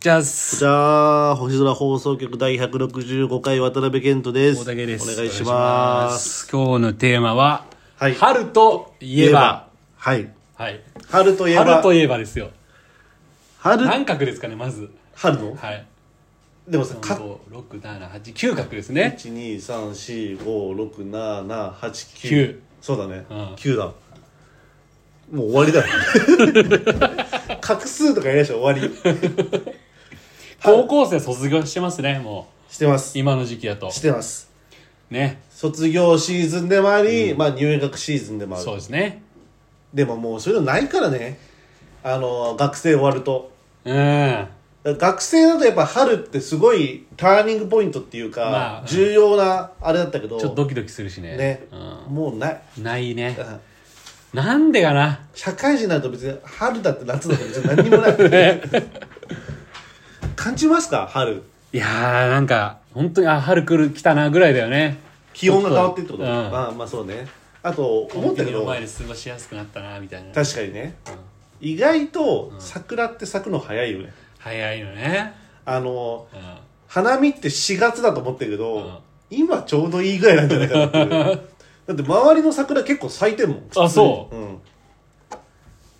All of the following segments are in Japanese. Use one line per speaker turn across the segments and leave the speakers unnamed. チャス
じゃあ、星空放送局第165回渡辺健人です。
大竹です
お願いします。
す今日のテーマは、
はい
春といえば。
はい。
はい
春といえば。
春といえばですよ
春
何角ですかねまず
春の、
はい
でもさ、か
678角ですね
1、2、3、4、5、6、7、8、9。
九
そうだね。
うん
9だ。もう終わりだ。 画数とかやりましょう、終わり。
高校生卒業してますねも
してます
う。今の時期だと
してます。
ね
卒業シーズンでもあり、まあ入学シーズンでもある
そう。ですね
でももうそういうのないからね。あの、学生終わると。
うんま
学生だとやっぱ春ってすごいターニングポイントっていうか、
まあ
重要なあれだったけど
あちょっとドキドキするしね
ね、
う
もうない
ん、ないね
うん
なんでかな
社会人になると別に春だって夏だって別に何にもない 感じますか春
いやーなんか本当にあ春来る来たなぐらいだよね
気温が変わってってこと、
うん
まあまあそうねあと思っ
コ
たけ
ンビニの
ど
前で過ごしやすくなったなみたいな
確かにね、意外と桜って咲くの早いよね
早いのね
あの
うん
花見って4月だと思ってるけど、
うん
今ちょうどいいぐらいなんじゃないかなっていう だって周りの桜結構咲いてんもん普通に
あそう
うんだか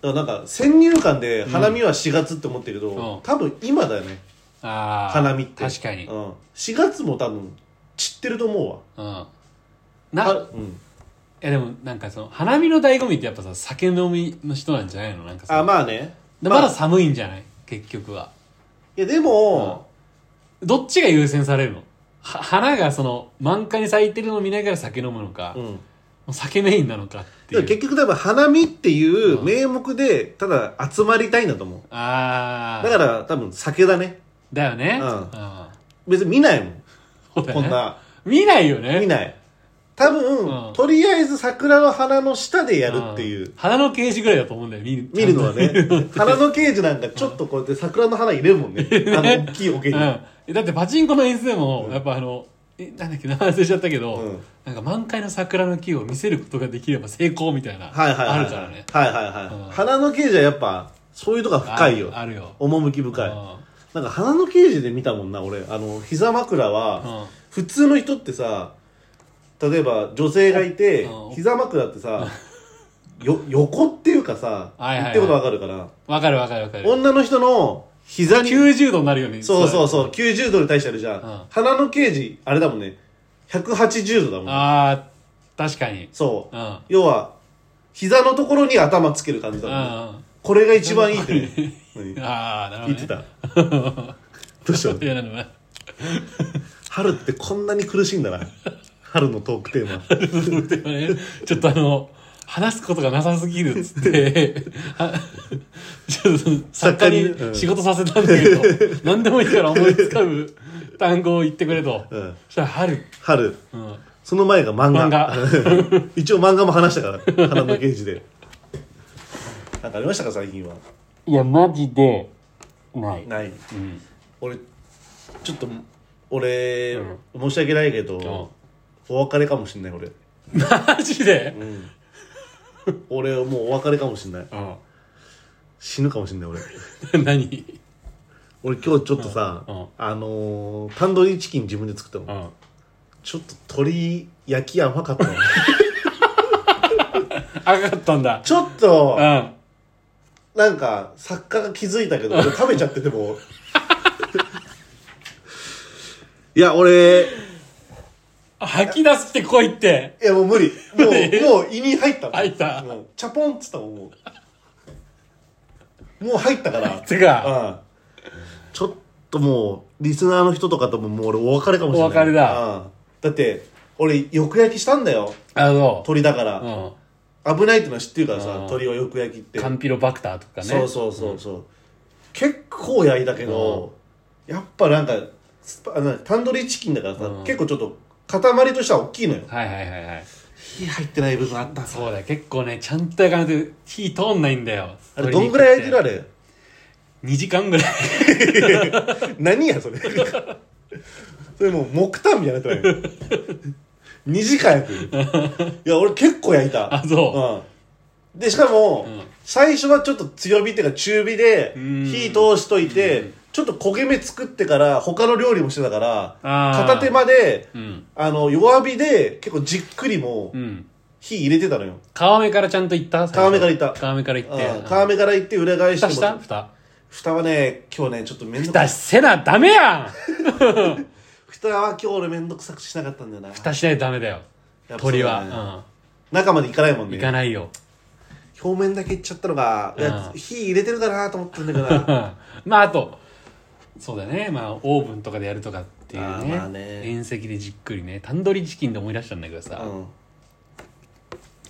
らなんか先入観で花見は4月って思ってるけど、
うん
多分今だよね
ああ
花見って
確かに
うん、4月も多分散ってると思うわ
うん
は
な
うん、
いやでもなんかその花見の醍醐味ってやっぱさ酒飲みの人なんじゃないのなんかさ
あまあね
でまだ
あ
寒いんじゃない結局はい
やでも、
どっちが優先されるのは花がその満開に咲いてるのを見ながら酒飲むのか、
うん
もう酒メインなのかって
でも
い
結
う
局多分花見っていうん名目でただ集まりたいんだと思う
ああ
だから多分酒だね
だよね
うん
あ
別に見ないも
ーそ
ん
うだよ
こ
ね
んな
見ないよね
見ない多分、
うん
とりあえず桜の花の下でやるっていう、
ん花のケージぐらいだと思うんだよ見る
見るのはね
ちゃんと見るの
花のケージなんかちょっとこうやって桜の花入れるもんねあの大きい桶に、
うん、だってパチンコの演出でも、やっぱあのえなんだっけ名前忘れちゃったけど、
うん
なんか満開の桜の木を見せることができれば成功みたいな、
はいはいはい
あるからね
はいはいはい、
うん
花のケージはやっぱそういうとこが深いよ
ああるよ
趣深い
うん
なんか花のケージで見たもんな俺あの膝枕は、普通の人ってさ例えば女性がいて、
うん
膝枕ってさ、よ横っていうかさ、
はいはいはい
言ってることわかるから
わかるわかるわかる
女の人の膝に
90度になるよね
そうそうそうう90度に対してあるじゃん、
うん
鼻のケージあれだもんね180度だもん
あー確かに
そう、
うんうん
要は膝のところに頭つける感じだもんね、
あ
これが一番いいって ね何
あーなるほど、ね、
言ってた どうしよう
いやなんでもない
春ってこんなに苦しいんだな春のトークテーマ
でもね、ちょっとあの、話すことがなさすぎるっつって、はちょっと作家
作家にね
に仕事させたんだけど、何でもいいから思いつかぶ単語を言ってくれと。
うん
そしたら春、
春
うん、
その前が漫画
漫画
一応漫画も話したから花のケージでなんかありましたか最近はい
や、マジで、ない。
ない
うん。
俺ちょっと俺、申し訳ないけど、お別れかもしんない俺
マジで、
俺もうお別れかもしんない死ぬかもしんない俺
うん。何
俺今日ちょっとさ、
うんうん
あのータンドリーチキン自分で作ったの、
うん。
ちょっと鶏焼き甘 かったの
赤かったんだ。
ちょっと
う、ん。
なんか作家が気づいたけど俺食べちゃって てもいや俺い
吐き出してこいって。
やもう無理もうもう胃に入ったの
入った
もうチャポンっつったもんもうもう入ったから
てか、
うんちょっともうリスナーの人とかとももう俺お別れかもしれない
お別れだ、
うんだって俺よく焼きしたんだよ
あの、
鳥だから、
うん。
危ないってのは知ってるからさ、
うん
鳥をよく焼きって
カンピロバクターとかね。
そうそうそうそう、結構焼いたけど、やっぱなんかスパあなんかタンドリーチキンだからさ、
うん
結構ちょっと塊としては大きいのよ
はいはいはいはい。
火入ってない部分あった
そうだよ結構ねちゃんと焼かないと火通んないんだよ
あれどんぐらい焼いてるあ
る
れ
?2 時間ぐらい
何 やそれそれもう木炭みたいになってない2時間やってるいや俺結構焼いた
あそう
うんでしかも、
うん
最初はちょっと強火っていうか中火で
うん
火通しといて、ちょっと焦げ目作ってから他の料理もしてたから
あー
片手間で
うん
あの弱火で結構じっくりも
うん
火入れてたのよ、
皮目からちゃんといった皮
皮目からいった
皮目からいって
うん皮目からいって裏返して
蓋
も
した蓋
蓋はね今日ねちょっと面倒く
蓋せなダメやん
蓋は今日俺面倒くさくしなかったんだよな
蓋しないとダメだよ
やっぱそうだね
鳥は、
中までいかないもん
うん、い
ね
かないよ
表面だけいっちゃったのが、いや
うん
火入れてるかなと思ったんだけどな
まああとそうだねまあオーブンとかでやるとかってい
あ
う
ー
ね,、
まあね
遠赤でじっくりねタンドリーチキンで思い出したんだけどさ、
うん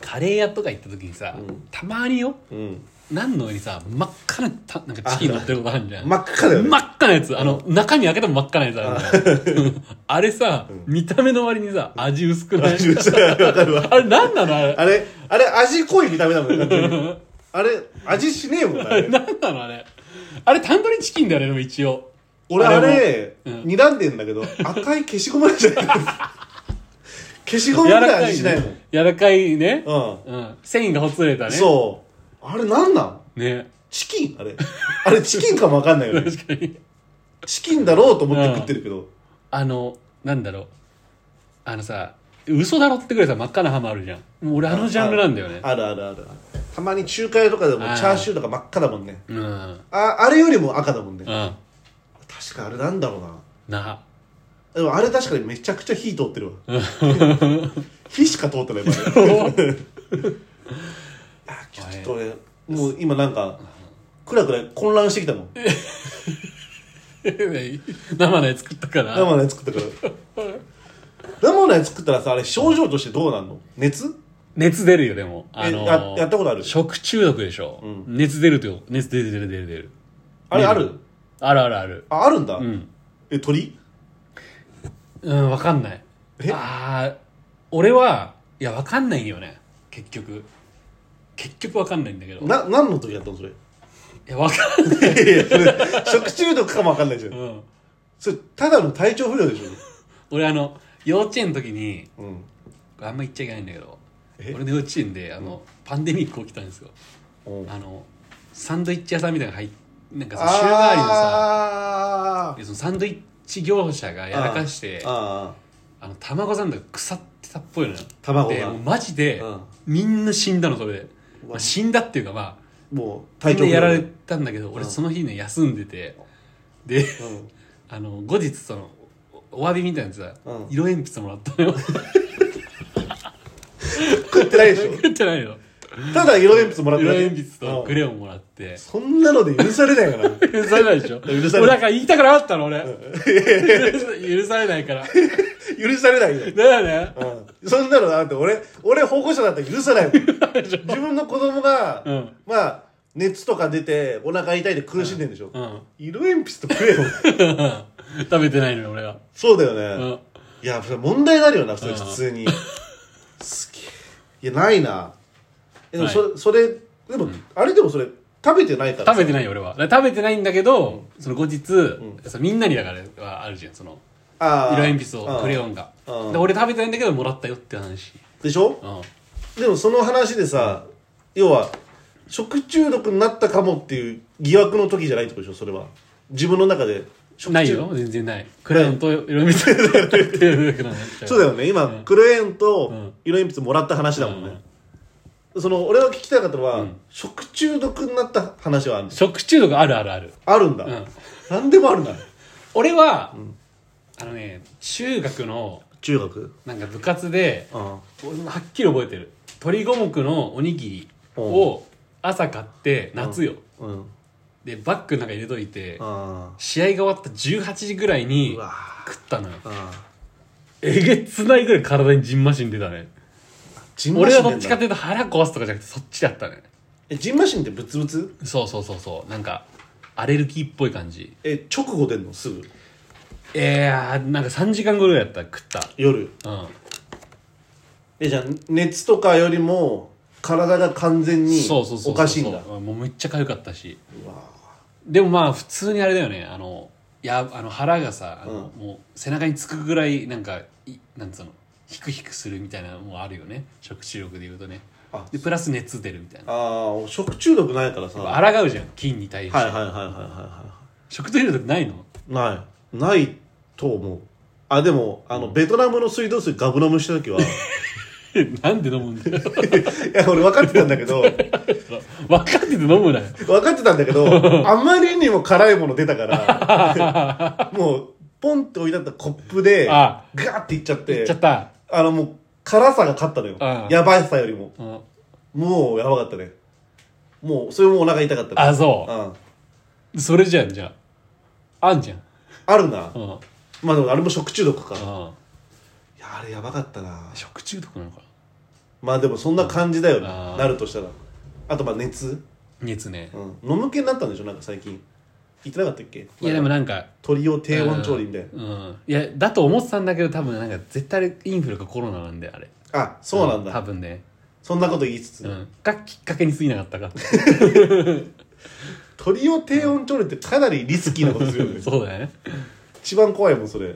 カレー屋とか行った時にさ、
うん
たまによ
うん
何の上にさ真っ赤なたなんかチキン乗ってることあるじゃん
真っ赤だよね
真っ赤なやつあの、中身開けても真っ赤なやつあるじゃん あれさ、見た目の割にさ味薄くない
わかるわ
あれ何なのあれ
あれあれ味濃い見た目だもんね完全にあれ味しねえもんなあれ
何 なのあれあれタンドリーチキンだよねでも一応
俺あれ
うん
睨んでんだけど赤い消しゴムなんじゃない 消しゴムぐ
柔ら
らい
か
味
い
しない
ね
もん
柔らかいね、
う
うん、繊維がほつれた
ん
ね
そうあれなんなん
うね
チキンあれあれチキンかもわかんないよね
確かに
チキンだろうと思って食ってるけど
あのなんだろうあのさ嘘だろってくらいさ真っ赤なハムあるじゃんもう俺あのジャンルなんだよね
あるあるあるたまに中華屋とかでも
あー
チャーシューとか真っ赤だもんね
うんうん
ああれよりも赤だもんね
な
確かあれなんだろうな
あ
でもあれ確かにめちゃくちゃ火通ってるわ 火しか通ってないまだ あちょっと俺もう今なんかクラクラ混乱してきたもん
生のやつ食ったから
生のやつ作ったから生のやつ作ったらさあれ症状としてどうなんの熱
熱出るよでもあのー
ややったことある
食中毒でしょ、熱出るとよ熱出る出る出る出る
あれある
あるあるある
ああるんだ、
うん
え鳥
うんわかんない
え
ああ俺はいやわかんないよね結局結局わかんないんだけどい
な何の鳥だったのそれい
やわかんない、
やいやそれ食中毒かもわかんないじゃ
うんん、
それただの体調不良でし
俺あの幼稚園の時に
ょうん
あんま言っちゃいけないんだけど
え
俺の幼稚園であの、パンデミック起きたんですよ
うん
あのサンドイッチ屋さんみたいなのが入っなんかさ週替わりのさ
あー
でそのサンドイッチ業者がやらかして
あ
あの卵サンドが腐ってたっぽいのよ
卵が
でもうマジで、
うん
みんな死んだのそれで、
うわ
まあ、死んだっていうかまあ
ーもう
み
体
ん
調
な
不良
やら
で
れたんだけど、俺その日ね休んでてであの後日そのおお詫びみたいなやつは、
うん
色鉛筆もらった のよ
食ってないでしょ
食ってないの
ただ色鉛筆もらって
色
る
鉛筆とクレヨンもらって
そんなので許されないから
許されないでしょ
許されない
俺なんか言いたくなかったの俺 許されないから
許されないよ、
だよね
うん、そんなのだって俺俺保護者だったら許さないもん自分の子供が、
うん
まあ熱とか出てお腹痛いで苦しんでんでしょ、
うん
色鉛筆と食えよ
食べてないのよ俺は
そうだよ
う
ね、
ん
いやそれ問題になるよなそれ
うん
普通に、すげえいやないなえでも
ない
それ,、それでも、あれでもそれ食べてないから
食べてないよ俺はだから食べてないんだけど、その後日、そのみんなにだからはあるじゃんその
あー
色鉛筆をクレヨンが
うん
で俺食べてないんだけどもらったよって話
うんでしょ
うん
でもその話でさ、要は食中毒になったかもっていう疑惑の時じゃないってことでしょそれは自分の中で食中
ないよ全然ないクレヨンと色鉛筆で食ってるだけなの
そうだよね今、クレヨンと色鉛筆もらった話だもんね、その俺が聞きたかったのは、食中毒になった話はあるんです
食中毒あるあるある
あるんだ、
ん
何でもあるんだ
俺は、あのね中学の
中学
なんか部活で
うん
俺もはっきり覚えてる鶏五目のおにぎりを朝買って夏よ、
うん
でバッグの中入れといて、
あ
試合が終わった18時ぐらい
ー
に
うわ
食ったのよ
ーあ
えげつないぐらい体にじんましん出たね
ジンマ
俺
シ
は
ン
どっちかっていうと腹壊すとかじゃなくてそっちだったね
えジンマシンってブツブツ
そうそうそうそうなんかアレルギーっぽい感じ
え直後出んのすぐ
えー、なんか3時間後ぐらいだった食っ
夜
たうん
えじゃあ熱とかよりも体が完全に
そうそうそうそう
おかしいんだ
もうめっちゃ痒かったし
うわ
でもまあ普通にあれだよねあのいやあの腹がさあの、もう背中につくぐらいなんかいなんつうのヒクヒクするみたいなのもあるよね食中毒でいうとね
あ
でプラス熱出るみたいな
あー食中毒ないからさはい
抗うじゃん菌に対して、
はいはいはいはいはい
食と入れた時ないの
ないないと思うあでもあの、ベトナムの水道水ガブ飲みした 時はい
なんで飲むんだよ
や俺分かってたんだけど
分かってて飲むなよ
分かってたんだけ どあまりにも辛いもの出たから もうポンって置いてあったコップでガ
あ
ーっていっちゃっ
言
て
っちゃった
あのもう辛さが勝ったのよ
ああ
やばいさよりも
うん
もうやばかったねもうそれもお腹痛かったね
あそ
うん
うそれじゃんじゃああんじゃん
あるな
うんうん
まあでもあれも食中毒かいやあれやばかったな
食中毒なのかな
まあでもそんな感じだよね
ああ
なるとしたらあとまあ熱
熱ね
うん飲む気になったんでしょなんか最近言ってなかったっけ
いやでもなんか
鶏を低温調理みたいな
うんうんいやだと思ってたんだけど多分なんか絶対あれインフルかコロナなんであれ
あそうなんだ
多分ね
そんなこと言いつつ、
うんがきっかけに過ぎなかったか
鳥を低温調理ってかなりリスキーなことでするよね
そうだよね
一番怖いもんそれい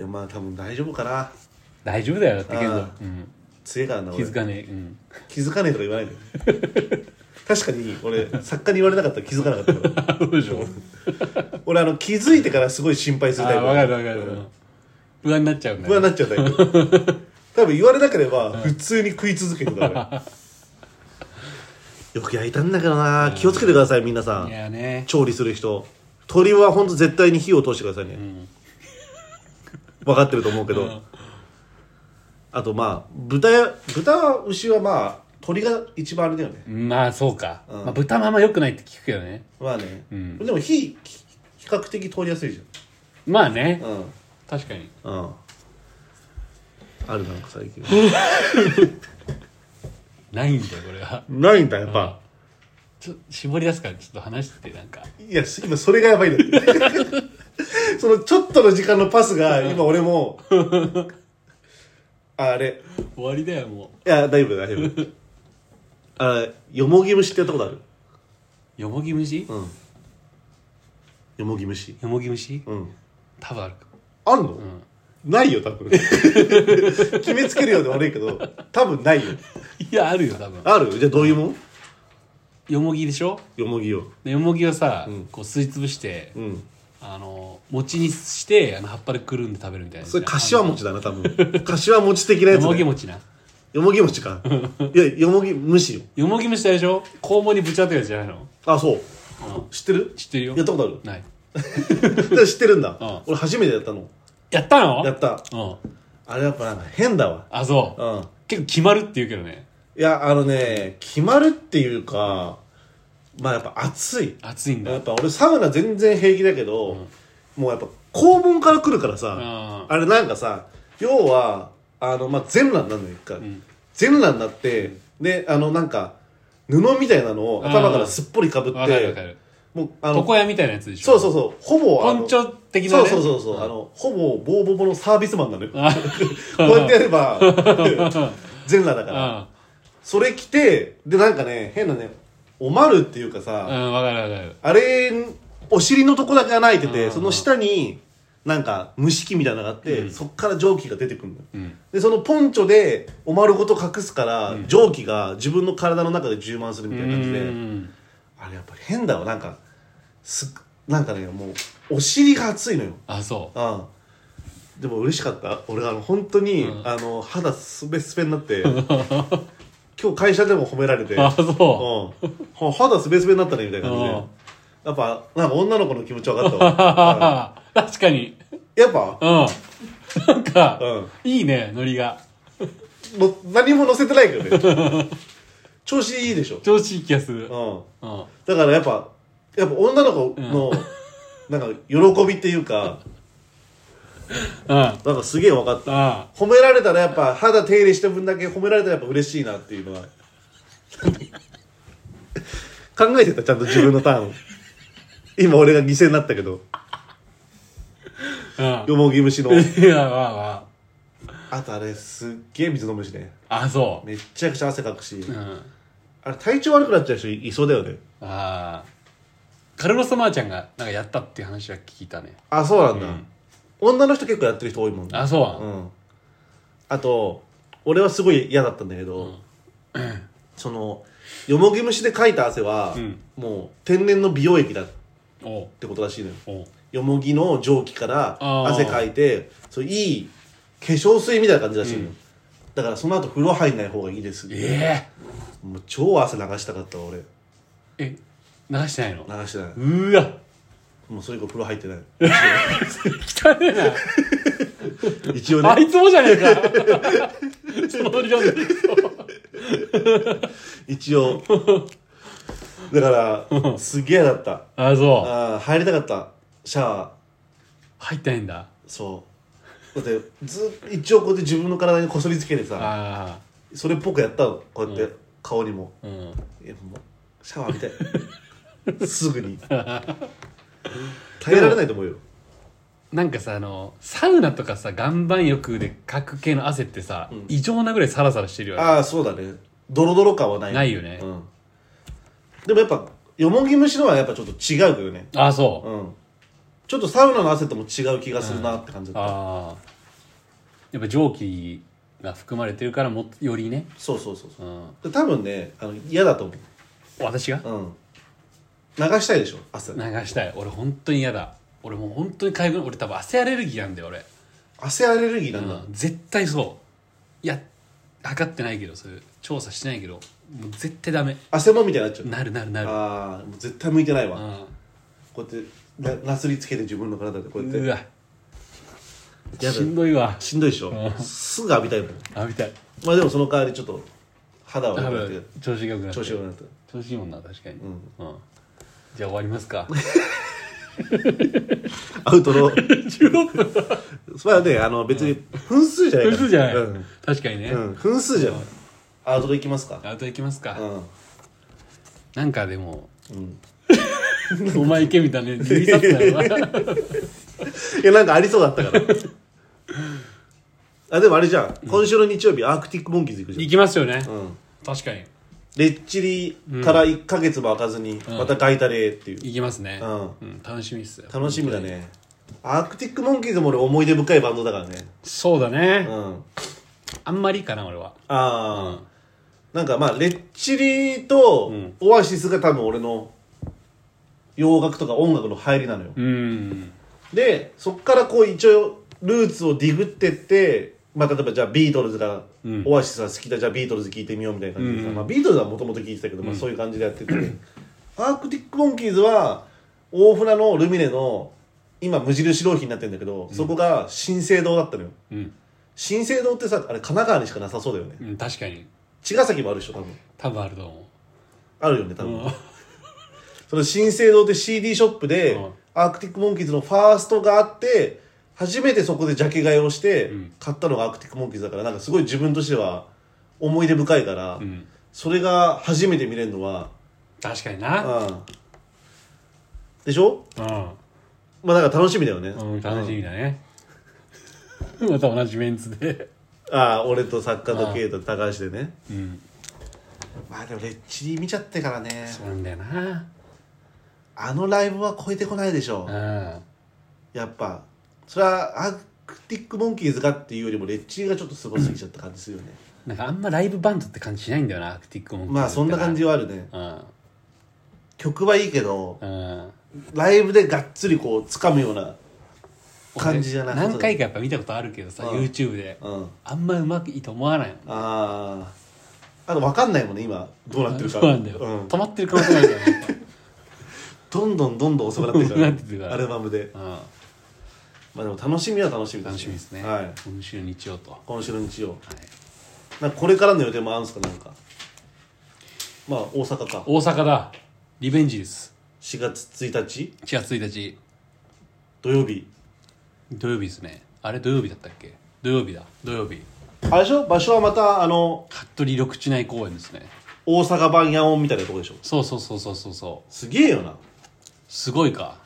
やまあ多分大丈夫かな
大丈夫だよだってけど
あ
うん
強いからな俺
気づかねえうん
気づかねえとか言わないで確かに俺作家に言われなかったら気づかなかったか
そうでしょ
ら俺あの気づいてからすごい心配す
あ
るタイ
ー
プ
わかるわかるうん不安になっちゃうんだ
不安
よ
に
ね
なっちゃうタイプ多分言われなければ普通に食い続けて たからよく焼いたんだけどな気をつけてください皆さ
い
ん
やね
調理する人鶏は本当絶対に火を通してくださいね、分かってると思うけど、
うん
あとまあ豚や豚は牛はまあ鶏が一番あれだよね
まあそうか、
うん
まあ、豚まんま良くないって聞くけどね
まあね、
うん
でも火き比較的通りやすいじ
まあね
ゃんうん
確かに
うんあるなんか最近
ないんだよこれは
ないんだやっぱ、
ちょ絞り出すからちょっと話してなんか
いや今それがやばいんだって そのちょっとの時間のパスが今 俺もあれ
終わりだよも
いや大丈夫大丈夫あよもぎ虫ってやったことある
うよもぎ虫、
うんよもぎ虫
よもぎ虫
うん
多分あるか
あんの、ないよ多分 決めつけるようで悪いけど多分ないよ
いやあるよ多分
あるじゃあどういうもん
よもぎでしょ
よもぎを
でよもぎをさ、
うん
こう吸いつぶして、
うん
あの餅にしてあの葉っぱでくるんで食べるみたいな
それ柏餅だな多分柏餅的なや
よ
つ
もぎ
ね
餅な
よもぎ 餅かいやよもぎ蒸しよ
よもぎ虫あれでしょ肛門にぶち当てるやつじゃないの
あそう知ってる
知ってるよ
やったことある
ない
だから知ってる んだ、
うん
俺初めてやったの
やったの
やった
うん
あれやっぱなんか変だわ
あそうう、
ん
結構決まるって言うけどね
いやあのね決まるっていうかまあやっぱ暑い
熱いんだ
やっぱ俺サウナ全然平気だけど、もうやっぱ肛門から来るからさ、
う
あれなんかさ要はあの、まあ、全裸になるのよ一回、
ん
全裸になってであのなんか布みたいなのを頭からすっぽりかぶっ
わかるわか
て
る
もうあの
床屋みたいなやつでしょ
そうそうそうほぼあ
ポ
の
ンチョ的なね
そうそうそうそう、あのほぼボーボボのサービスマンなのよ こ
あ
うやってや れば全裸だから
あ
それ着てでなんかね変なねおまるっていうか
う
さ、
んわかるわかる
あれお尻のとこだけ穴開いてて
うん
その下になんか蒸し器みたいなのがあって、そっから蒸気が出てくるのよ、
うん
でそのポンチョでおまるごと隠すから、蒸気が自分の体の中で充満するみたいな感じで、
うん
あれやっぱ変だわなんかすなんかねもうお尻が熱いのよ
あそ
ああでも嬉しかった俺あの本当に、あの肌すべすべになって 今日会社でも褒められて
うあそ
うん、肌すべすべになったねみたいな感じで
うん
やっぱなんか女の子の気持ち分かったわ
う確かに
うんやっぱ、
うんなんか
うん
いいねノリが
の何も乗せてないけどね 調子いいでしょ、
調子いい気がする
うん、
うん
だからやっぱやっぱ女の子の、なんか喜びっていうか
うんあ
なんかすげえ分かった
あ
褒められたらやっぱ肌手入れした分だけ褒められたらやっぱ嬉しいなっていうのは考えてたちゃんと自分のターンを今俺が犠牲になったけど
うん
よもぎ虫の
いやまあま
あとあれすっげえ水飲むしね
ああそ
めっちゃくちゃ汗かくし、
ううん
あれ体調悪くなっちゃう人いそうだよね
ああカルロス・マーちゃんがなんかやったっていう話は聞いたね
あそうなんだ、女の人結構やってる人多いもんね
あそうな
う
の
んあと俺はすごい嫌だったんだけど、そのよもぎ虫でかいた汗は、
うん
もう天然の美容液だっ
おう
てことらしいのよ
おう
よもぎの蒸気から
あー
汗かいてそういい化粧水みたいな感じらしいのよ、だからその後風呂入んない方がいいですって
え
もう超汗流したかったわ俺
ええ流してないの
流してないう
ーわ
もうそれ以降風呂入 ってない
汚ねえ
一応
なあ
ね
いつもじゃねえか その量で
一応 だからすげえだった
あそう
あー入りたかったシャワー
入ってないんだ
そうだってずっと一応こうやって自分の体にこすりつけてさ
あ
それっぽくやったのこうやって、顔にも
あうん
いやもうシャワー浴び たいすぐに耐えられないと思うよ
なんかさあのサウナとかさ岩盤浴でかく系の汗ってさ、異常なぐらいサラサラしてるよね
ああそうだねドロドロ感はない
ないよね
うん、でもやっぱよもぎ蒸しのはやっぱちょっと違うけどね
ああそう、
うんちょっとサウナの汗とも違う気がするなって感じだった、
ああやっぱ蒸気が含まれてるからもっとよりね、、
そうそうそうそううんで多分ねあの嫌だと思
私が
ううん流したいでしょ汗
流したい俺本当に嫌だ俺もう本当にかゆく俺多分汗アレルギーなんだよ俺、
汗アレルギーなんだ、
うん、絶対そういや測ってないけどそういう調査してないけどもう絶対ダメ
汗もみたいになっちゃう
なるなるなる
ああもう絶対向いてないわ、
う
こうやってななすりつけて自分の体でこうやっ
ん
て
うわ
やだ
しんどいわ
しんどいでしょ、すぐ浴びたいもん
浴びたい
まあでもその代わりちょっと肌は
多
良くなっ
分
て
調子が良くなって
調子良くなって
調子いいもんな確かに、うん
ん
じゃあ終わります か
アウトの
16分
まあねあの別に分数じゃない
分
から
数じゃない、
うん
確かにね、
うん分数じゃないアウトでいきますか
アウト行きますか、
う
なんかでも
ん、うん、
お前行けみたいな指さすなよ な
いやなんかありそうだったから あでもあれじゃん今週の日曜日アークティックモンキーズ行くじ
行きますよね、
ゃん、うん、
確かに
レッチリから1か月も開かずにまたガイタレーっていう、
行きますね、
うん
うん楽しみっすよ
楽しみだねアークティックモンキーズも俺思い出深いバンドだからね
そうだね、
うん
あんまりかな俺は
ああ、なんかまあレッチリと
ん
オアシスが多分俺の洋楽とか音楽の入りなのよ、
うん
でそっからこう一応ルーツをディグってってまあ例えばじゃあビートルズが、
うん
オアシスが好きだじゃあビートルズ聴いてみようみたいな感じでさ、
うん
まあ、ビートルズはもともと聴いてたけど、まあ、そういう感じでやってて、アークティック・モンキーズは大船のルミネの今無印良品になってるんだけど、そこが新生堂だったのよ
うん、
新生堂ってさあれ神奈川にしかなさそうだよね
うん、確かに
茅ヶ崎もあるでしょ多分
多分あると思
あるよね多
う、
分、
うん、
その新生堂で CD ショップで、
うん
アークティック・モンキーズのファーストがあって初めてそこでジャケ買いをして
ん
買ったのがアークティック・モンキーズだからなんかすごい自分としては思い出深いから、
ん
それが初めて見れるのは
確かにな
うんでしょ
うん、
まあなんか楽しみだよね、
うん、楽し
うん
みだね、また同じメンツで
ああ俺と作家と圭と高橋でね
うん
まあでもレッチリ見ちゃってからね
そうなんだよな
あのライブは超えてこないでしょ、
うん
やっぱそれはアークティック・モンキーズがっていうよりもレッチリがちょっとすごすぎちゃった感じするよね、
なんかあんまライブバンドって感じしないんだよなアークティックモンキーズ
まあそんな感じ
は
はあるね
うん
曲はいいけど
うん
ライブでがっつりこう掴むような感じじゃなくて
何回かやっぱ見たことあるけどさ、
うん
YouTube で
うんあ
あんまうまくいいと思わないの
あーあと分かんないもんね今どうなってるか
そうなんだよ、
うん
止まってる可能性あるからね
どんどんどんどん遅くなってるか
なってるからら
アルバムで
うん
まあでも楽しみは楽しみ
楽しみですね、
はい
今週日曜と、は
今週の日曜
い、
なんかこれからの予定もあるんですかなんかまあ大阪か
大阪だリベンジです
4月1日
4月1日
土曜日
土曜日ですねあれ土曜日だったっけ土曜日だ土曜日
あれでしょ場所はまたあの
服部緑地内公園ですね
大阪版野音みたいなとこでしょ
そうそうそうそうそうそう
すげえよな
すごいか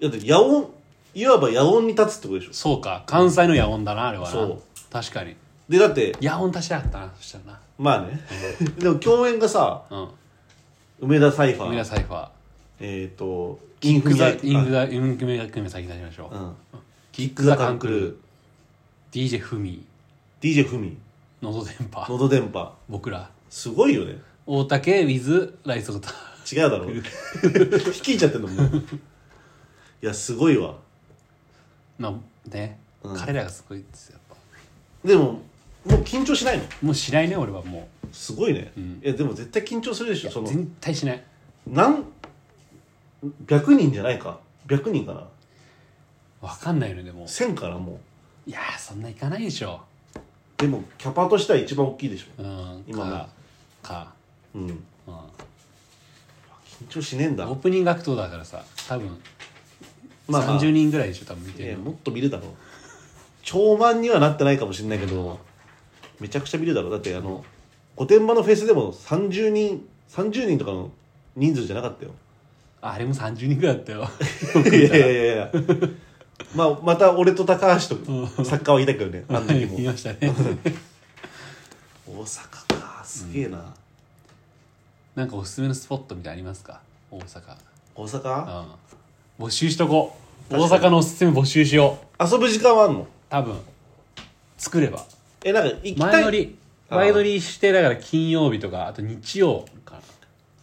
だって野音いわば野音に立つってことでしょ
そうか関西の野音だなあれはな
そう
確かに
でだって
野音足したかったなそしたらな
まあね でも共演がさ
うん
梅田サイファ
梅田
ー
サイファー
えっ、とイン
イン
フ
クザ
ザ
インクザインクメガクメ先出しましょう、
うん
キッ
クザカンクル
DJ フミ
DJ ふみ
のど電波
のど電波
僕ら
すごいよね
大竹 with ライソルタ
違うだろ引きいちゃってんのもういやすごいわ
まあね、
うん
彼らがすごいですよやっ
でももう緊張しないの
ぱもうしないね俺はも
すごいね、いやでも絶対緊張するでしょそうの
全体しない
何100人じゃないか100人かな
わかんないよねでも
1000かなもう
いやーそんないかないでしょ
でもキャパとしては一番大きいでし
う
ょ、
ん
今の
かか、
うん、
うん、
緊張しねえんだ
オープニングアクトだからさ多分
まあまあ
30人ぐらいでしょ多分見て
え
る
ー
の、
もっと見るだろう超満にはなってないかもしれないけどめちゃくちゃ見るだろうだってあの御殿場のフェスでも30人30人とかの人数じゃなかったよ
ああれも30人ぐらいだったよ
いやいやいやいやまあまた俺と高橋と作家はいたけどねあの時 も
見ましたね
大阪かすげえな、
なんかおすすめのスポットみたいありますか大阪
大阪
うん募集しとこう大
確かに
阪のおすすめ募集しよう
遊ぶ時間はあんの
多分作れば
えなんか行きた
前
い
乗り
あー
前乗りしてだから金曜日とかあと日曜か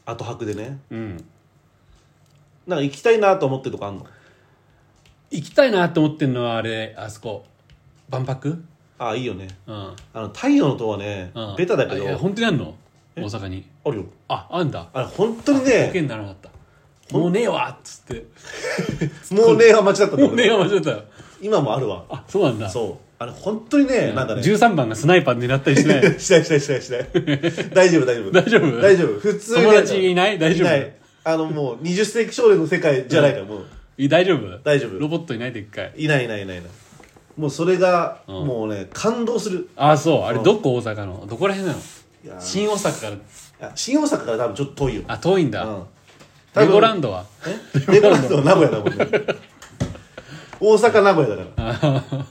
後泊でね
なうん
なんか行きたいなと思ってるとこあんの
行きたいなと思ってるのはあれあそこ万博
ああいいよね
うん
あの太陽の塔はね、
うん
ベタだけ
あいや
ど
本当にあんの大阪に
あるよ
ああんだ
あれ本当にね
保険にならなかったもうねえわっつって
もうねえは待ちだったんだ
もう
け
ねえ
ど
わ間違ったよ
今もあるわ
あそうなんだ
そうあれ本当にねなんかねし
13番がスナイパー狙ったりしない
ないしないしないしない 大丈夫大丈夫
大丈夫
大丈夫普通に
友達いない大丈夫
いないあのもう20世紀少年の世界じゃないからもう
い大丈夫
大丈夫
ロボットいないでっかい
いないいないいないいないもうそれが
うん
もうね感動する
あそうあれどこ大阪のどこら辺なの
いやー
新大阪から
いや新大阪から多分ちょっと遠いよ
あ遠いんだ、
うん
レゴラン
ド
ドは
レゴランドは名古屋だもんね大阪名古屋だから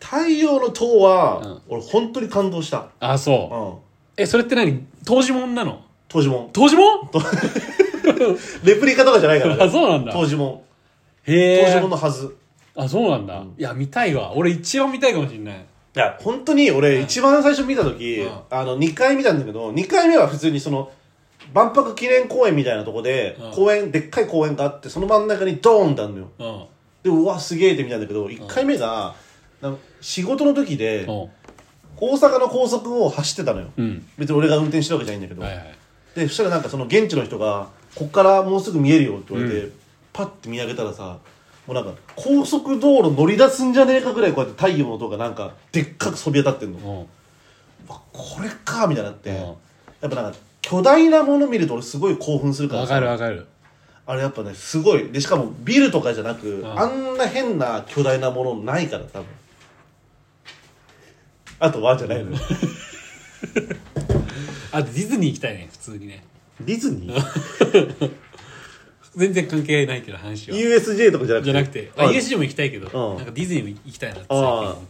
太陽の塔は、
うん
俺本当に感動した
あ
う
そうんえそれって何当時もんなの
当時も
当時もん
レプリカとかじゃないか ら
あそうなんだ
当時も
へ
当時
え
ものはず
あそうなんだ、いや見たいわ俺一番見たいかもしんない
いや本当に俺一番最初見た時、
うん
あの2回見たんだけど2回目は普通にその万博記念公園みたいなとこで、
うん
公園でっかい公園があってその真ん中にドーンってあるのよ
うん
でうわすげえって見たんだけど1回目が、なんか仕事の時で、
お
大阪の高速を走ってたのよ、
うん
別に俺が運転してるわけじゃないんだけど、
はいはい
でそしたらなんかその現地の人が「こっからもうすぐ見えるよ」って言われて、パッて見上げたらさもうなんか高速道路乗り出すんじゃねえかぐらいこうやって太陽の塔がなんかでっかくそびえ立ってんの、
お
わこれかみたいになって、
うん
やっぱなんか巨大なもの見ると俺すごい興奮するから
わ
さ
かるわかる
あれやっぱねすごいでしかもビルとかじゃなく、
ん
あんな変な巨大なものないから多分あとはじゃないのよ
あとディズニー行きたいね普通にね
ディズニー
全然関係ないけど話は
USJ とかじゃなく
じ
て
ゃなくてあ
あ
USJ も行きたいけど
うん
なんかディズニーも行きたいなって最近思っ
あ
て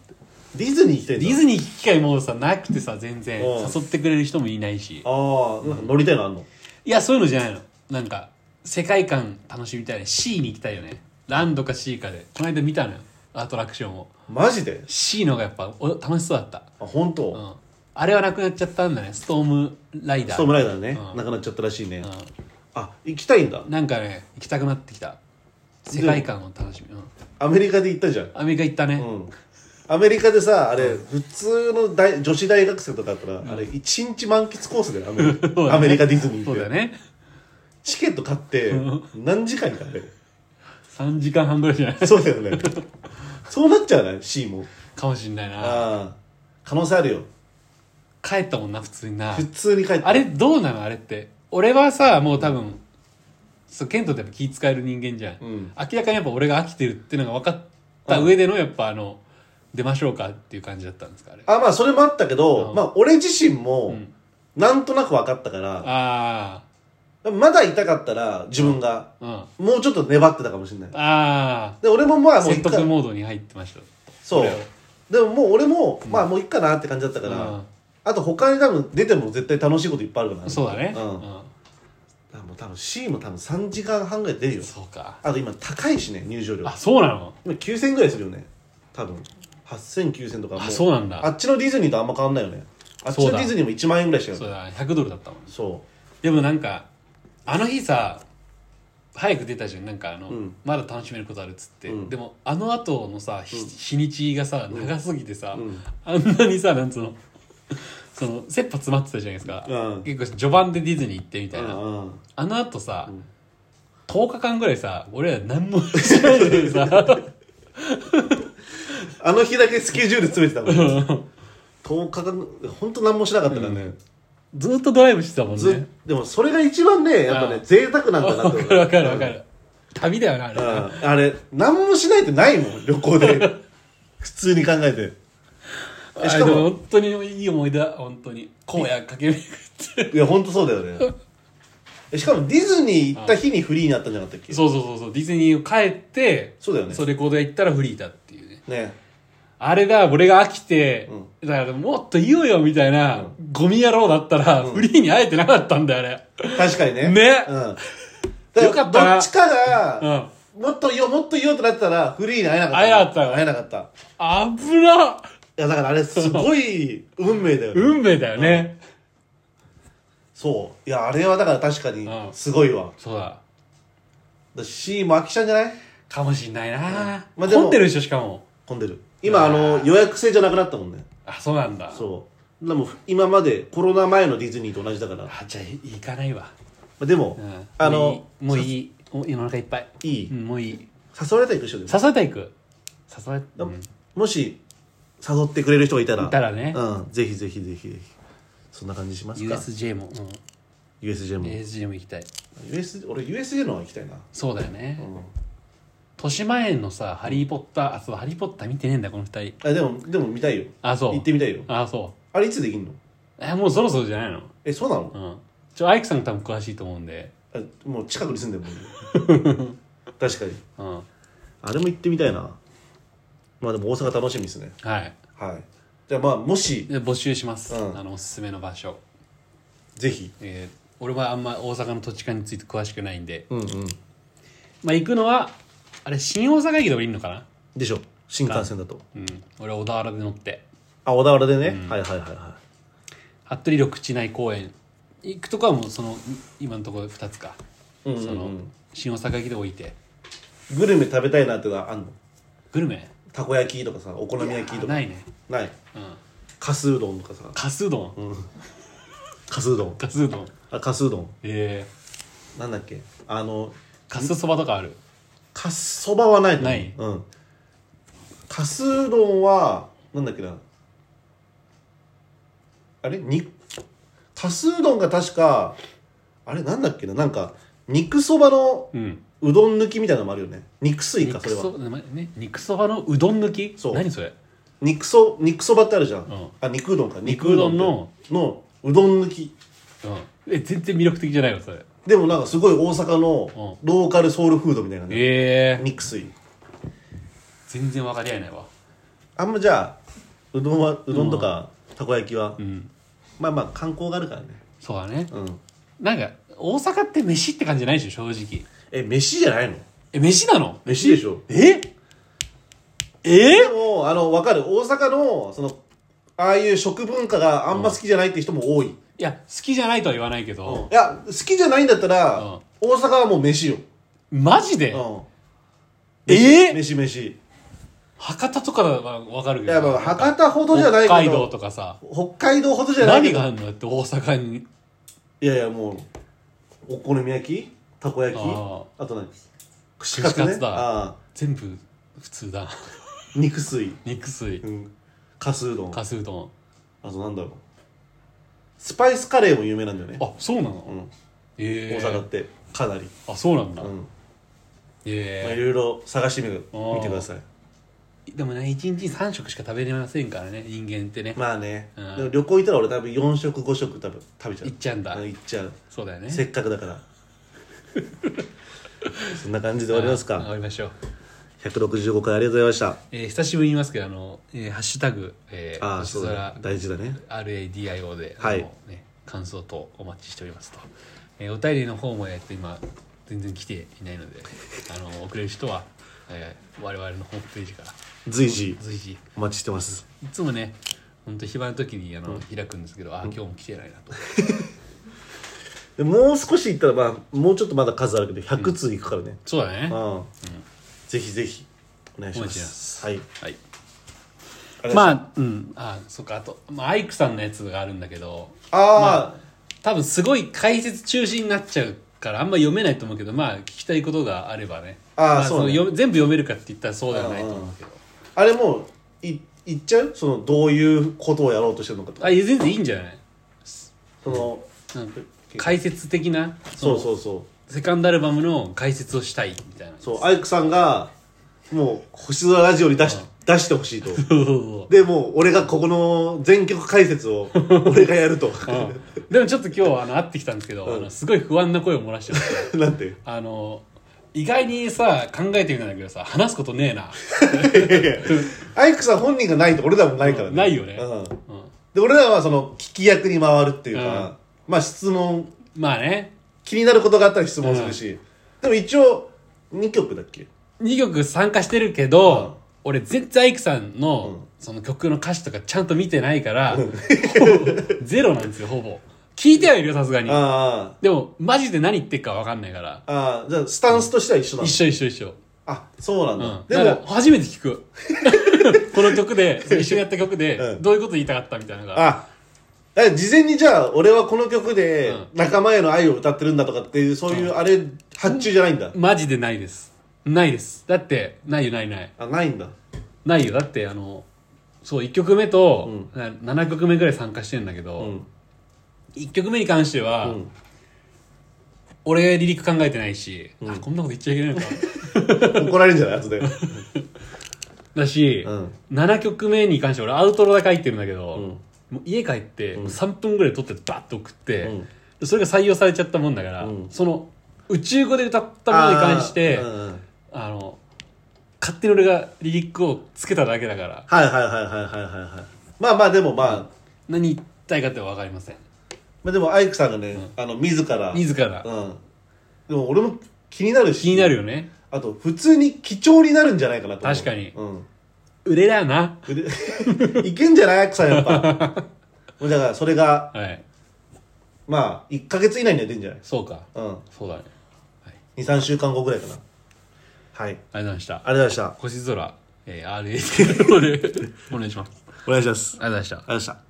ディズニー行きたいん
デ
だ
ィズニー行く機会もさなくてさ全然
うん
誘ってくれる人もいないし
ああなんか乗りたいのあんの
いやそういうのじゃないのなんか世界観楽しみたいね C に行きたいよねランドか C かでこの間見たのよアトラクションを
マジで
C のがやっぱお楽しそうだった、
あ本当、
うん、あれはなくなっちゃったんだねストームライダー
ストームライダーね、
うん
なくなっちゃったらしいね、
うん
あ行きたいんだ
なんかね行きたくなってきた世界観を楽しみ、うん、
アメリカで行ったじゃん
アメリカ行ったね、
うんアメリカでさあれ普通の大女子大学生とかだったら、あれ一日満喫コースだよアメリ
そうだ
カ
ね
アメリカディズニーって
そうだね
チケット買って何時間に買って
3時間半ぐらいじゃない
そうだよねそうなっちゃうね C も
かもしんないな
ああ可能性あるよ
帰ったもんな普通にな
普通に帰って
あれどうなのあれって俺はさもう多分そうケントってやっぱ気使える人間じゃん、
ん
明らかにやっぱ俺が飽きてるっていうのが分かった上でのやっぱあの出ましょうかっていう感じだったんですかあれあ
あまあそれもあったけど、
うん
まあ俺自身も
ん
なんとなく分かったから、
あ
まだ痛かったら自分が
ーうんあ
もうちょっと粘ってたかもしれない
あ
で俺もまあ
ー
もうい
説
っか
得モードに入ってました
そ
こ
う
れを
でももう俺も、まあもういっかなって感じだったから、
うん
あと他に多分出ても絶対楽しいこといっぱいあるから、
そうだね
うんだからもう多分 C も多分3時間半ぐらい出るよ
そうか
あと今高いしね入場料
あそうなの
今9000ぐらいするよね多分80009000とかも
あそうなんだ
あっちのディズニーとあんま変わんないよねあっち
そ
の
う
デ
だ
ィズニーも1万円ぐらいしかない
そうだ100ドルだったもん
そう
でもなんかあの日さ早く出たじゃんなんかあの、
うん
まだ楽しめることあるっつって、
うん
でもあの後のさ、ひ日にちがさ長すぎてさ、
うん
あんなにさなんつうのその切羽詰まってたじゃないですか、
うん
結構序盤でディズニー行ってみたいな、
うん
あの後さ、
ん
10日間ぐらいさ俺ら何もしないでさ
あの日だけスケジュール詰めてたもん10日間本当何もしなかったからね、
ずっとドライブしてたもんね
ずでもそれが一番ねやっぱね
あ
贅沢なんだな
わ
って
か
思う
るわかるわかる、旅だよなあれ、
うんあれ何もしないってないもん旅行で 普通に考えてえ
あ
し
れ
か
でも
も
本当にいい思い出だ本当に荒野駆け巡って
いや本当そうだよねえしかもディズニー行った日にフリーになったんじゃなかったっけ
そうそうそうそうディズニーを帰って
そうだよね
レコード屋行ったらフリーだっていうね
ね
あれだ俺が飽きて、だからもっと言おうよみたいな、ゴミ野郎だったら、フリーに会えてなかったんだよ
確かに
あれ
ね
ね
うん、
よかったな
どっちか
う
が、
ん
もっと言おうもっと言おうってなってたらフリーに会えなかった
会えなかったよ
会えなかった
危ない
やだからあれすごい運命だよね、
運命だよね、
そういやあれはだから確かに
うん
すごいわ
そうだ
だしもう飽きちゃうんじゃない
かもしんないな、
まあでも
混んでるでしょしかも
混んでる今あの予約制じゃなくなったもんね
あそうなんだ
そうでも今までコロナ前のディズニーと同じだからま
あじゃあ行かないわ、
あでも、
うん、
あの
もういいもういいお腹いっぱい
いい
うん、もういい
誘われたら行くでしょでも
誘えた行く誘えた、うん、
もし誘ってくれる人がいたら
いたらね
うん、ぜひぜひぜひぜひそんな感じしますか
USJ も、うん
USJ も、
USJ も行きたい
US 俺 USJ の方が行きたいな
そうだよね、豊島園のさ「ハリー・ポッター」あそうハリー・ポッター見てねえんだこの二人
あでもでも見たいよ
あそう
行ってみたいよ
あそ
あれいつできんの
うえもうそろそろじゃないの
えそうなの
うんちょアイクさん多分詳しいと思うんで
あもう近くに住んでる もん確かに
うんは
あれも行ってみたいなまあでも大阪楽しみですね
い
はいじゃあまあもし
で募集します、
うん
あのおすすめの場所、
ぜひ
えー俺はあんま大阪の土地勘について詳しくないんで、
うんうん
まあ、行くのはあれ新大阪駅でもいいのかな
でしょ新幹線だと
うん俺は小田原で乗って
あ小田原でね、はいはいはいは
服部緑地内公園行くとこはもうその今のところ2つか、
い、うんうん
その新大阪駅で置いて
グルメ食べたいなってのはあんの
グルメ
たこ焼きとかさお好み焼きとか
ないいね
ない
うん
かすうどんとかさ
かすうどん、
かすうどん
かすうどん
あかすうどん
ええ
なんだっけあの
かすそばとかある
かすそばはないと思う
ない
うんかすうどんはなんだっけなあれにかすうどんが確かあれなんだっけななんか肉そばの
うん
うどん抜きみたいなのもあるよね肉水かそ
肉
れ
そ
は
ば、ね、肉そばのうどん抜き
そう
何それ
肉そ肉そばってあるじゃん、
ん
あ肉うどんか
肉うどんの
肉うどんってのうどん抜き
うんえ全然魅力的じゃないわそれ
でもなんかすごい大阪のローカルソウルフードみたいなね、
ええ
肉水
全然分かり合えないわ
あんまじゃあうどんはうどんとかたこ焼きは、
うん
まあまあ観光があるからね
そうだね
うん
なんか大阪って飯って感じじゃないでしょ正直
え飯じゃないの
え飯なの
飯でしょ
ええ
でもあの分かる大阪のそのああいう食文化があんま好きじゃないって人も多い、
いや好きじゃないとは言わないけ
うん
ど
い、や好きじゃないんだったら、
うん
大阪はもう飯よ、
マジで、
うん、
えー、
飯飯
博多とかは分かるけど
いやまあ博多ほどじゃないけ
北
ど
海道とかさ
北海道ほどじゃないけ
何
ど
があるのだって大阪に
いやいやもうお好み焼きたこ焼き
あ
あと何串
カツね
ああ
全部普通だ
肉水
肉水
うんかすうどん
かすうどん
あとなんだろうスパイスカレーも有名なんだよね
あそうなの、
うん
え
大
え
阪ってかなり、
あそうなんだ、
うんまあ、い
え
ろいろ探してみる
あー
見てください
えでもね一日3食しか食べれませんからね人間ってね、
まあね、
うん
でも旅行行ったら俺多分4食5食多分食べちゃう
いっちゃうんだ
行っちゃう
そうだよね
せっかくだから そんな感じで終わります
あ終わ
か
りましょう、
165回ありがとうございまし
えー久しぶりに言いますけどあの、えーハッシュタグ、え
たああ
星
そうだ
空
ね大事だね
RADIO で、
はい
あのね、感想とお待ちしておりますと、えーお便りの方も、えっと今全然来ていないのであの送れる人は、えー我々のホームページから
随時
随時い
お待ちしてます
つもね本当暇の時にあの、開くんですけどあ今日も来てないなと
でもう少し行ったら、まあ、もうちょっとまだ数あるけど100通行くからね、
そうだね
う
は
んぜひぜひお願いしま
お願いしますす
はい
い
ありがとうござい
ま
ま
あうんあそっかあと、まあ、アイクさんのやつがあるんだけど
すあ
多分すごい解説中心になっちゃうからあんま読めないと思うけどまあ聞きたいことがあればね
あー
ま
そうね
の読め全部読めるかって言ったらそうではないと思うけど
あ、あれもうい言っちゃうそのどういうことをやろうとしてるのかとか
あいや全然いいんじゃない
その
なんか解説的な
そう
う
そうそう
セカンドアルバムの解説をしたいみたいな
そうアイクさんがもう星空ラジオに出し出してほしいと
そうそうそう
でもう俺がここの全曲解説 を俺がやると
うん でもちょっと今日あの会ってきたんですけど、
うん
あのすごい不安な声を漏らしてました
なんて
あの意外にさ考えてみたんだけどさ話すことねえな、
アイクさん本人がないと俺らもないからね
ないよね
うん
うん、
で俺らはその聞き役に回るっていうか、まあ質問
まあね
気になることがあったら質問するし、でも一応2曲だっけ
2曲参加してるけど、
うん
俺全然アイクさんの,、
うん
その曲の歌詞とかちゃんと見てないから、ほぼ ゼロなんですよほぼ聞いてはいるよさすがに
あ
でもマジで何言ってるか分かんないから
あああじゃあスタンスとしては一緒なの、
一緒一緒一緒、
あそうなん
う
だ、
ん、
で
だから
も
初めて聞 くこの曲で一緒にやった曲で、
うん
どういうこと言いたかったみたいなのが
あだから事前にじゃあ俺はこの曲で
うん
仲間への愛を歌ってるんだとかっていうそういうあれ発注じゃないんだ、
マジでないですないですだってないよないない
あないんだ
ないよだってあのそう1曲目と、
う
な7曲目ぐらい参加してんだけ
う
ど、
ん
1曲目に関しては、
うん
俺がリリック考えてないし、
うん
あこんなこと言っちゃいけないのか
怒られるんじゃない 後で
だし、
うん
7曲目に関して俺アウトロだけ入ってるんだけど、
うん
もう家帰ってもう3分ぐらい撮ってバッと送って、
うん
でそれが採用されちゃったもんだから、
うん
その宇宙語で歌ったものに関して
あー
あ,、
うんうん
の勝手に俺がリリックをつけただけだから
はいはいはいはいはいはいはいまあまあでもまあ、
何言いたいかって分かりません
まあ、でもアイクさんがね、あの自ら
自ら
うんでも俺も気になるし
気になるよね
あと普通に貴重になるんじゃないかなと思う
確かに
うん
売れだよな
で いけんじゃないアイクさんやっ ぱもうだからそれが
はい
まあ1か月以内には出るんじゃない
そうか
うん
そうだねはい
23週間後ぐらいかなは
あ
い
りがとうございました
ありがとうございました
星空、えー、RS お願いします
お願いします
ありがとうございました
ありがとうございました